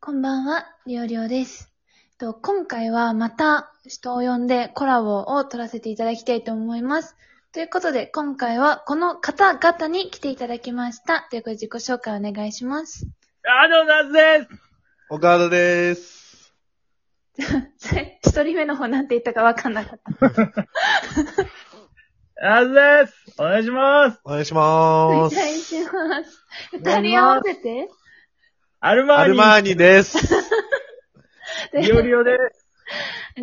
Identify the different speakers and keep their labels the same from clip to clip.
Speaker 1: こんばんは、りょうりょうです。と今回はまた人を呼んでコラボを撮らせていただきたいと思います。ということで、今回はこの方々に来ていただきました。ということで、自己紹介お願いします。
Speaker 2: あのなです
Speaker 3: 岡田でーす。
Speaker 1: それ 一人目の方なんて言ったかわかんなかった。
Speaker 2: あずですお願いします
Speaker 3: お願いし
Speaker 1: お
Speaker 3: まー
Speaker 1: 願い
Speaker 3: す。
Speaker 1: します。二人合わせて
Speaker 2: アルマー
Speaker 3: アル
Speaker 2: ニ
Speaker 3: マーニです。
Speaker 2: リオリオで す。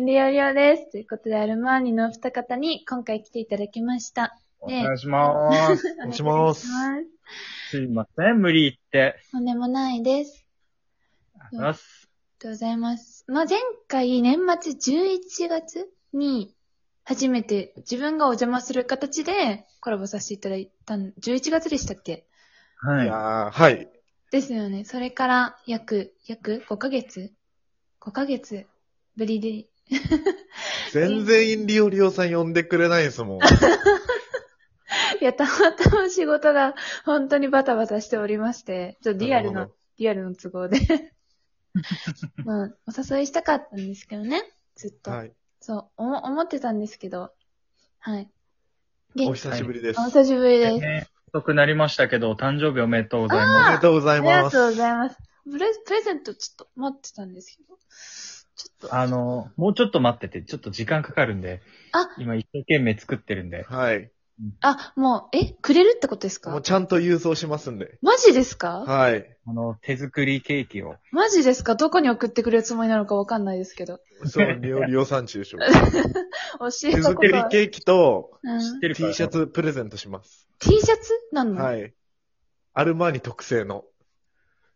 Speaker 1: リオリオです。ということで、アルマーニのお二方に今回来ていただきました。
Speaker 2: お
Speaker 1: ね
Speaker 2: 願いし ます。
Speaker 1: お
Speaker 3: 願いします
Speaker 1: 願いします
Speaker 2: いません、無理言って。
Speaker 1: すとんでもないです。
Speaker 2: ありがとうございます。
Speaker 1: ありがとうございます。まあ、前回、年末11月に、初めて自分がお邪魔する形でコラボさせていただいたん、11月でしたっけ
Speaker 3: い
Speaker 2: はい。
Speaker 3: やーはい。
Speaker 1: ですよね。それから約、約5ヶ月 ?5 ヶ月ぶりで。
Speaker 3: 全然リオリオさん呼んでくれないですもん。
Speaker 1: いや、たまたま仕事が本当にバタバタしておりまして、ちょっとリアル
Speaker 3: な
Speaker 1: の
Speaker 3: るほど、
Speaker 1: リアルの都合 で。まあ、お誘いしたかったんですけどね。ずっと。
Speaker 3: はい。
Speaker 1: そう、おも思ってたんですけど。はい。
Speaker 3: お久しぶりです。
Speaker 1: お久しぶりです。
Speaker 2: ね遅くなりましたけど、誕生日おめでとうござい
Speaker 3: お
Speaker 2: ま
Speaker 3: めでとうござ
Speaker 1: あ
Speaker 3: い
Speaker 1: りが
Speaker 3: ます。
Speaker 1: とうございます。プレプレゼントちょっと待ってたんですけど。ちょっ
Speaker 2: す。
Speaker 1: と。
Speaker 2: あの、もうちょっと待ってて、ちょっと時間かかるんで、
Speaker 1: あ
Speaker 2: 今一生懸命作ってるんで。
Speaker 3: はい。
Speaker 1: あ、もう、え、くれるってことです
Speaker 3: もう
Speaker 1: か
Speaker 3: ちゃんと郵送しますんで。
Speaker 1: マジですか
Speaker 3: はい。
Speaker 2: あの、手作りケーキを。
Speaker 1: マジですかどこに送ってくれるつもりなのかわかんないですけど。
Speaker 3: そう、リオリオさんちでしょ。
Speaker 1: 教え
Speaker 3: 手
Speaker 1: た
Speaker 3: 作
Speaker 1: こと
Speaker 3: り
Speaker 1: は。
Speaker 3: ケーキと
Speaker 1: うん、
Speaker 2: 知ってるから。
Speaker 3: T シャ。ツプレゼントします。
Speaker 1: T シャツなの、
Speaker 3: はい。アルマーニ特製の。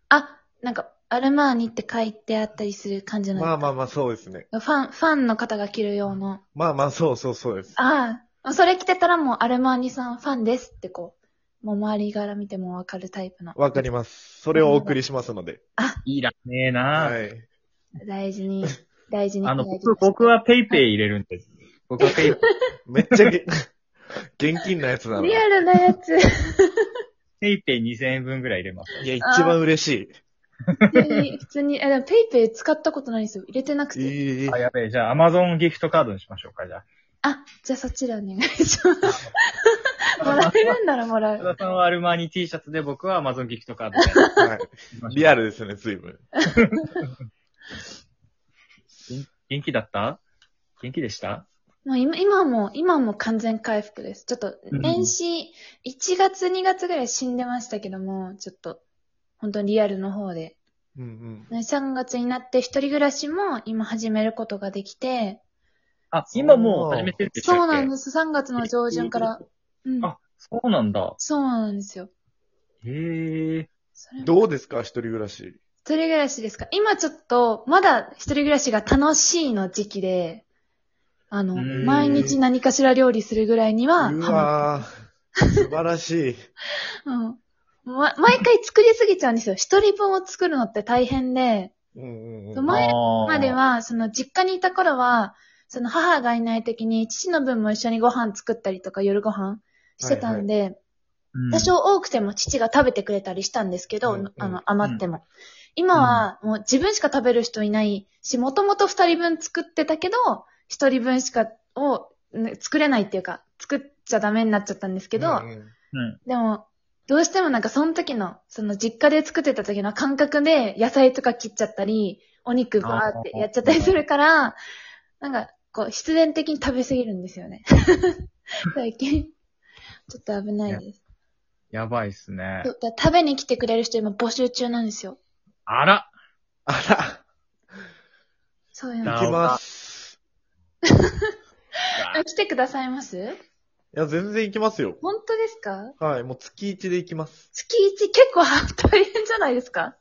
Speaker 1: あ、なんか、アルマーニって書いてあったりする感じなの、
Speaker 3: まあまあまあ、そうですね。
Speaker 1: ファン、ファンの方が着るような。
Speaker 3: まあまあ、そうそうそうです。
Speaker 1: ああ、それ着てたらもうアルマーニさんファンですってこう、もう周りから見てもわかるタイプの。
Speaker 3: わかります。それをお送りしますので。
Speaker 2: いいらねえなあ
Speaker 3: はい。
Speaker 1: 大事に、 大事に。
Speaker 2: の、僕、僕はペイペイ入れるんです。僕はペイ、
Speaker 3: めっちゃげ現金なやつなの。
Speaker 1: リアルなやつ。
Speaker 2: ペイペイ2000円分ぐらい入れます。
Speaker 3: いや、一番嬉し
Speaker 1: 普通に、普通に、え、 でもペイペイ使ったことないんですよ。入れてなく
Speaker 3: い。
Speaker 1: て。
Speaker 3: いい、いい
Speaker 2: あ、。やべえ。じゃあ、アマゾンギフトカードにしましょうか、じゃあ。
Speaker 1: あ、じゃあそっちでお願いします。もらえるんならもら
Speaker 2: 福田
Speaker 1: う。
Speaker 2: さんはアルマーニ T シャツで、僕は Amazon ギフトカード
Speaker 3: はい。
Speaker 2: で。
Speaker 3: リア
Speaker 2: ル。
Speaker 3: ルですね、随分。
Speaker 2: 元気だった元気でした
Speaker 1: もう今、今も、今も完全回復です。ちょっと、
Speaker 2: うん
Speaker 1: 年始、1月、2月ぐらい死んでましたけども、ちょっと、本当にリアルの方で。
Speaker 3: うん
Speaker 1: ね3月になって一人暮らしも今始めることができて、
Speaker 2: あ、今もう始めてるんでしたっけ
Speaker 1: そうなんです。3月の上旬から。うん。
Speaker 2: あ、そうなんだ。
Speaker 1: そうなんですよ。
Speaker 2: へえ。
Speaker 1: それ
Speaker 3: うん。
Speaker 1: も
Speaker 3: どうですか、一人暮らし。
Speaker 1: 一人暮らしですか今ちょっと、まだ一人暮らしが楽しいの時期で、あの、
Speaker 2: うーん
Speaker 1: 毎日何かしら料理するぐらいには、
Speaker 3: うわー素晴らしい。
Speaker 1: うん。ま、毎回作りすぎちゃうんですよ。一人分を作るのって大変で、
Speaker 3: うんうん
Speaker 1: うま
Speaker 3: うん。
Speaker 1: 前
Speaker 2: ま
Speaker 1: まで。は、その実家にいた頃は、その母がいない時に父の分も一緒にご飯作ったりとか夜ご飯してたんで、
Speaker 2: うん
Speaker 1: 多少多くても父が食べてくれたりしたんですけど、
Speaker 3: うんうん
Speaker 1: あの、余っても。今はもう自分しか食べる人いないし、もともと二人分作ってたけど、一人分しかを、ね作れないっていうか、作っちゃダメになっちゃったんですけど、
Speaker 3: うんうん
Speaker 2: うん。
Speaker 1: でも、どうしてもなんかその時の、その実家で作ってた時の感覚で野菜とか切っちゃったり、お肉バーってやっちゃったりするから、なんかこう必然的に食べ過ぎるんですよね。 最近。ちょっと危ないです。
Speaker 2: やばいっすね
Speaker 1: そ。うだから食べに来てくれる人今募集中なんですよ。
Speaker 2: あら
Speaker 3: あ
Speaker 1: そういう
Speaker 3: ら、
Speaker 1: の。
Speaker 3: 行きます。
Speaker 1: あ来てくださいます
Speaker 3: いや、全然行きますよ。
Speaker 1: 本当ですか
Speaker 3: はい、もう月一で行き ます。
Speaker 1: 月1結構大変じゃないですか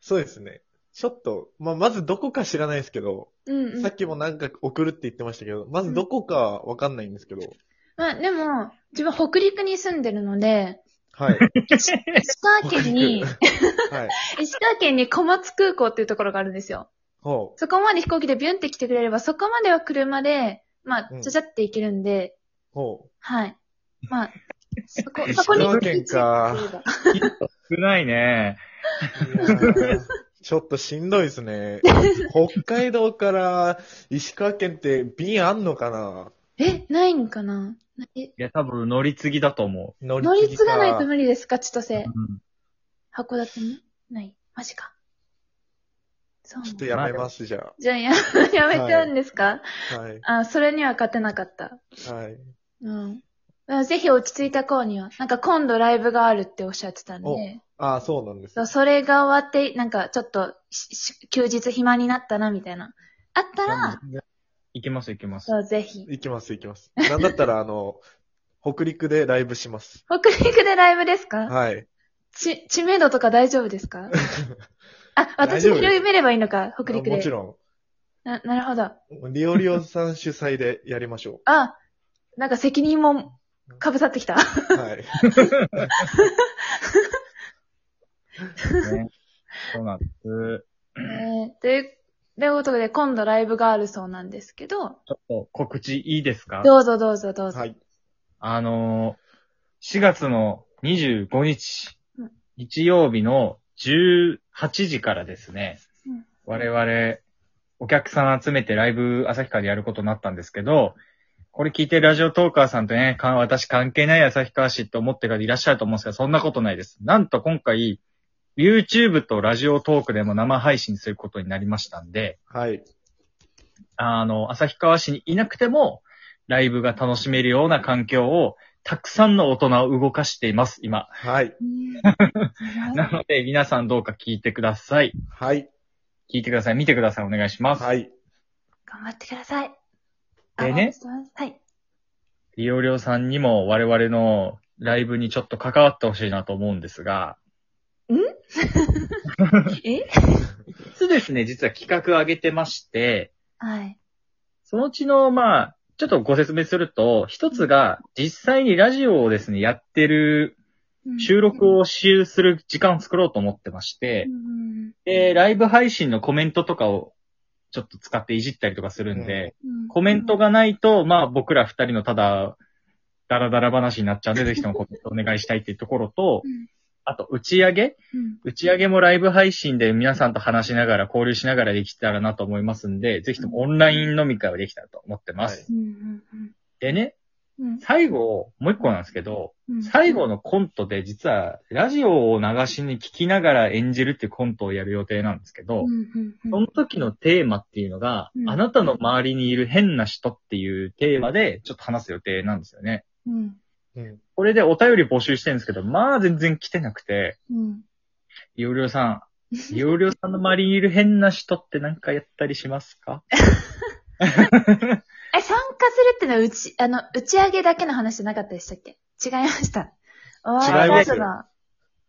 Speaker 3: そうですね。ちょっと、まあ、まずどこか知らないですけど、
Speaker 1: うんうん。
Speaker 3: さっきもなんか送るって言ってましたけど、まずどこかわかんないんです けど、
Speaker 1: まあでも、自分北陸に住んでるので、
Speaker 3: はい。
Speaker 1: 石川県に、
Speaker 3: はい。
Speaker 1: 石川県に小松空港っていうところがあるんですよ。
Speaker 3: ほ
Speaker 1: そこまで飛行機でビュンって来てくれれば、そこまでは車で、ま
Speaker 3: う
Speaker 1: あ、
Speaker 3: ん
Speaker 1: ちゃちゃって行けるんで、
Speaker 3: う、ほ
Speaker 1: はい。まあ、そこ、
Speaker 2: 石
Speaker 1: そこに
Speaker 3: 川県か
Speaker 1: 行けば
Speaker 2: 少ないね。
Speaker 3: ちょっとしんどいですね。北海道から石川県って便あんのかな
Speaker 1: え、ないんかななえ
Speaker 2: いや、多分乗り継ぎだと思
Speaker 3: 乗
Speaker 1: 乗り継がないと
Speaker 3: 無理。
Speaker 1: 無理ですか千歳
Speaker 2: う。。うん
Speaker 1: 函館にない。マジか。そうな
Speaker 3: ち
Speaker 1: ん
Speaker 3: ょっ
Speaker 1: だ
Speaker 3: と。やめます、じゃ
Speaker 1: じゃあや、 やめちゃうんですか、
Speaker 3: あ。はい。
Speaker 1: あ、それには勝てなかった。
Speaker 3: はい。
Speaker 1: うん。あぜひ落ち着いた頃には。なんか今度ライブがあるっておっしゃってたんで。
Speaker 3: ああ、そうなんです
Speaker 1: そう。それが終わって、なんかちょっとしし休日暇になったな、みたいな。あったら、
Speaker 2: 行けます、行けます。
Speaker 1: そう、ぜひ。
Speaker 3: 行きます、行きます。なんだったら、あの、北陸でライブします。
Speaker 1: 北陸でライブですか
Speaker 3: はい。
Speaker 1: ち、知名度とか大丈夫です かあ、私
Speaker 3: 大丈夫です
Speaker 1: 広めればいいのか、北陸で。
Speaker 3: もちろ
Speaker 1: な、なるほど。
Speaker 3: ん。リオリオさん主催でやりましょ
Speaker 1: あ、なんか責任も被さってきた。
Speaker 3: う。はい。
Speaker 2: ねそうなんです。
Speaker 1: えー、という、ということで、今度ライブがあるそうなんですけど、
Speaker 2: ちょっと告知いいですか
Speaker 1: どうぞどうぞどうぞ。
Speaker 3: はい。
Speaker 2: あのー、4月の25日
Speaker 1: うん、
Speaker 2: 日曜日の18時からですね
Speaker 1: うん、
Speaker 2: 我々、お客さん集めてライブ、旭川でやることになったんですけど、これ聞いてるラジオトーカーさんとね、か私関係ない旭川市って思ってる方いらっしゃると思うんですけど、そんなことないです。なんと今回、YouTube とラジオトークでも生配信することになりましたんで、
Speaker 3: はい。
Speaker 2: あの、旭川市にいなくても、ライブが楽しめるような環境を、たくさんの大人を動かしています、今。
Speaker 3: はい。
Speaker 2: なので、皆さんどうか聞いてください。
Speaker 3: はい。
Speaker 2: 聞いてください。見てください。お願いします。
Speaker 3: はい。
Speaker 1: 頑張ってください。
Speaker 2: でね
Speaker 1: あ。はい。
Speaker 2: 利用料さんにも我々のライブにちょっと関わってほしいなと思うんですが。
Speaker 1: え
Speaker 2: いつですね、実は企画上げてまして、
Speaker 1: はい。
Speaker 2: そのうちの、まあ、ちょっとご説明すると、一つが、実際にラジオをですね、やってる
Speaker 1: うん
Speaker 2: 収録、を集する時間を作ろうと思ってまして
Speaker 1: う、ん
Speaker 2: で、ライブ配信のコメントとかをちょっと使っていじったりとかするんで、
Speaker 1: うん
Speaker 2: コメントがないと、まあ僕ら二人のただ、ダラダラ話になっちゃうん で、ぜひともコメントお願いしたいっていうところと
Speaker 1: うん、
Speaker 2: あと打ち上げ
Speaker 1: うん
Speaker 2: 打ち上げもライブ配信で皆さんと話しながら交流しながらできたらなと思いますんで、ぜひともオンライン飲み会はできたらと思ってます。
Speaker 3: はい
Speaker 1: うんうんうん
Speaker 2: でね、
Speaker 1: うん
Speaker 2: 最後、もう一個なんですけど、
Speaker 1: うん
Speaker 2: 最後のコントで実はラジオを流しに聞きながら演じるっていうコントをやる予定なんですけ
Speaker 1: う
Speaker 2: ど、
Speaker 1: んうんうん
Speaker 2: その時のテーマっていうのが、
Speaker 1: うん
Speaker 2: あなたの周りにいる変な人っていうテーマでちょっと話す予定なんですよね。
Speaker 1: うん
Speaker 3: うん。
Speaker 2: これでお便り募集してるんですけど、まあ全然来てなくて、
Speaker 1: うん
Speaker 2: いおりょうさ ん、いおりょうさんの周りにいる変な人ってなんかやったりしますか
Speaker 1: え、参加するってのは、うち、あの、打ち上げだけの話じゃなかったでしたっけ違いました。お
Speaker 3: 違
Speaker 2: います
Speaker 1: 最後だ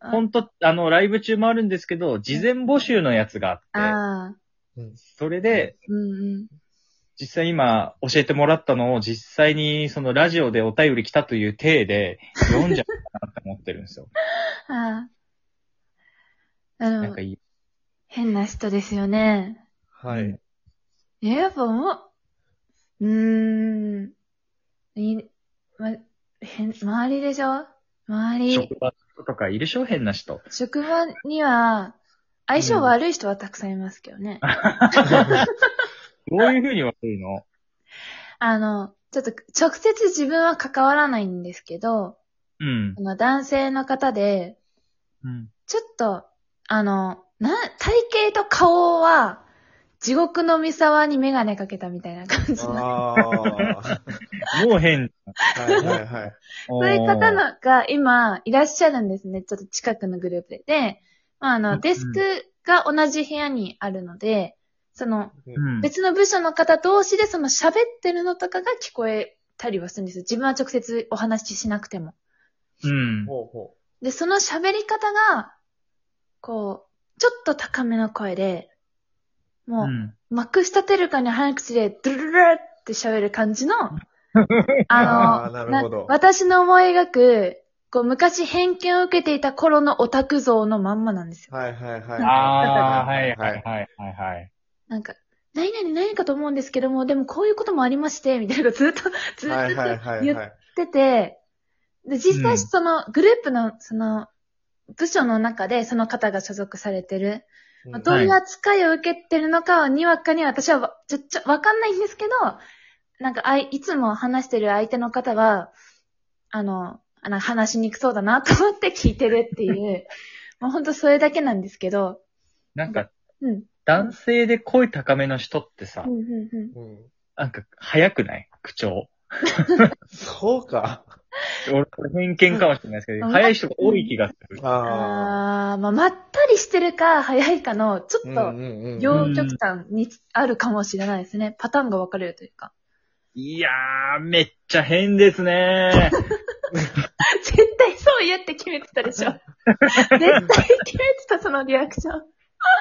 Speaker 1: うん
Speaker 2: ほんと、あの、ライブ中もあるんですけど、事前募集のやつがあって、
Speaker 1: ああ、
Speaker 2: それで、
Speaker 1: うん
Speaker 2: 実際今教えてもらったのを実際にそのラジオでお便り来たという体で読んじゃおうかなって思ってるんですよ。
Speaker 1: うん。ああ。あ
Speaker 2: なん
Speaker 1: の
Speaker 2: か、いい。
Speaker 1: 変な人ですよね。
Speaker 3: はい。
Speaker 1: え、やっぱもう、うーん、いい、ま、へん、周りでしょ周り
Speaker 2: 職、場とかいるでしょ変な人。
Speaker 1: 職場には、相性悪い人はたくさんいますけどね。
Speaker 2: どういうふうに悪いの
Speaker 1: あの、ちょっと、直接自分は関わらないんですけど、
Speaker 2: うん
Speaker 1: あ。の、男性の方で、
Speaker 2: うん。
Speaker 1: ちょっと、あの、な、体型と顔は、地獄の三沢にメガネかけたみたいな感じの。
Speaker 3: ああー。
Speaker 2: もう変。
Speaker 3: はいはいはい。
Speaker 2: そ
Speaker 1: そういう方のが今いらっしゃるんですね。ちょっと近くのグループで。で、まあ、あ
Speaker 2: うんう
Speaker 1: の、
Speaker 2: ん
Speaker 1: デスクが同じ部屋にあるので、その、
Speaker 2: うん。
Speaker 1: 別の部署の方同士でその喋ってるのとかが聞こえたりはするんですよ。自分は直接お話ししなくても。
Speaker 2: うん。
Speaker 3: ほうほ
Speaker 1: で、その喋り方が、こう、ちょっと高めの声で、もう、
Speaker 2: うん
Speaker 1: まくしたてるかに早口で、ドゥルルルルって喋る感 じの、
Speaker 3: あ
Speaker 1: あ
Speaker 3: ー
Speaker 1: の、
Speaker 3: なるほど
Speaker 1: 私の思い描く、こう、昔偏見を受けていた頃のオタク像のまんまなんです
Speaker 3: う。
Speaker 1: よ。
Speaker 3: はいはいはい。
Speaker 2: ああ、はいはい
Speaker 3: はい。
Speaker 2: はいはいはい。
Speaker 1: なんか、何々何かと思うんですけども、でもこういうこともありまして、みたいなのが ずっと、ずっと
Speaker 3: はいはいはい
Speaker 1: 言
Speaker 3: はい
Speaker 1: っ。てて、で、実
Speaker 2: う
Speaker 1: 際
Speaker 2: ん
Speaker 1: その、グループの、その、部署の中でその方が所属されてる、まあ
Speaker 3: うん
Speaker 1: どういう扱いを受けてるのかはにわかには私はわちょ、ちょ、わかんないんですけど、なんかあい、いつも話してる相手の方は、あの、あの話しにくそうだなと思って聞いてるって いう、もうほんとそれだけなんですけど、
Speaker 2: なんか、
Speaker 1: うん。
Speaker 2: 男性で声高めの人ってさ
Speaker 1: うん、うんうん。
Speaker 3: うん
Speaker 2: なんか、早くない口調。
Speaker 3: そうか。
Speaker 2: 俺、偏見かもしれないですけど、
Speaker 1: うん
Speaker 2: 早い人が多い気がする。
Speaker 3: ああ。
Speaker 1: あー、まあ、まったりしてるか、早いかの、ちょっと、
Speaker 3: ん
Speaker 1: 両極端にあるかもしれないですね。パターンが分かれるというか。
Speaker 2: いやー、めっちゃ変ですねー。
Speaker 1: 絶対そう言って決めてたでしょ。 絶対決めてた、そのリアクション。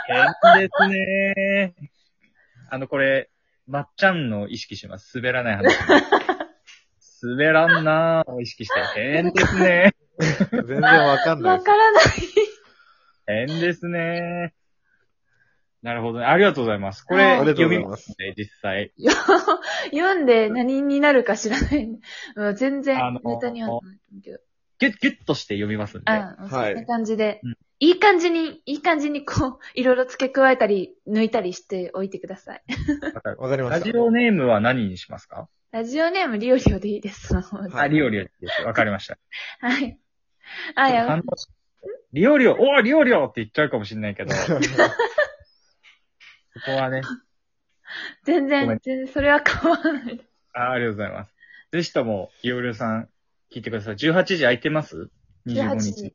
Speaker 2: 変ですねー。あの、これ、まっちゃんの意識します。滑らな い話。滑らんなーを意識して。変ですね
Speaker 3: 全然わかん
Speaker 1: わ
Speaker 3: ないです。
Speaker 1: からない。
Speaker 2: ー。変ですねー。なるほどね。ありがとうございます。こ
Speaker 1: はい
Speaker 2: れ、
Speaker 1: あ
Speaker 3: りがとう
Speaker 2: 読
Speaker 3: ござ
Speaker 2: み
Speaker 3: い
Speaker 2: ま
Speaker 3: ます
Speaker 2: すね、実際。
Speaker 1: 読んで何になるか知らない。うん全然
Speaker 2: あのー
Speaker 1: ネタにはならないけど。
Speaker 2: ギュッ、ギュッとして読みますんで。
Speaker 1: あそ
Speaker 3: は
Speaker 1: ん
Speaker 3: い
Speaker 1: な感じで
Speaker 2: うん。
Speaker 1: いい感じに、いい感じにこう、 いろいろ付け加えたり、抜いたりしておいてください。
Speaker 3: わかりま
Speaker 2: ラ
Speaker 3: し
Speaker 2: ジ
Speaker 3: た。
Speaker 2: オネームは何にしますか
Speaker 1: ラジオネームリオリオでいいです、 その方で
Speaker 3: はい
Speaker 2: あ、リオリオです。わかりました。
Speaker 1: はい。あ、やば
Speaker 2: 反応しリオリオ、おーリオリオって言っちゃうかもしれないけど、ここはね、
Speaker 1: 全
Speaker 2: ごめ
Speaker 1: 然
Speaker 2: ん、
Speaker 1: 全然、それは変わらない。
Speaker 2: あありがとうございます。ぜひとも、リオリオさん、聞いてください。18時空いてます
Speaker 1: 18
Speaker 2: ?25 日
Speaker 1: 時。。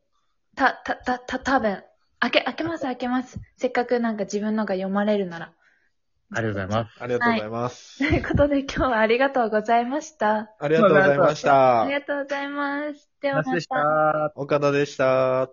Speaker 1: た、た、た、た、多分。開け、開けます、開けます。せっかくなんか自分のが読まれるなら。
Speaker 2: ありがとうございます。
Speaker 3: ありがとうございます。
Speaker 1: ということで今日はありがとうございました。
Speaker 3: ありがとうございまし
Speaker 1: あ
Speaker 3: た
Speaker 1: り。がとうございます。ではま。
Speaker 2: 夏でしたた。
Speaker 3: 岡田でした。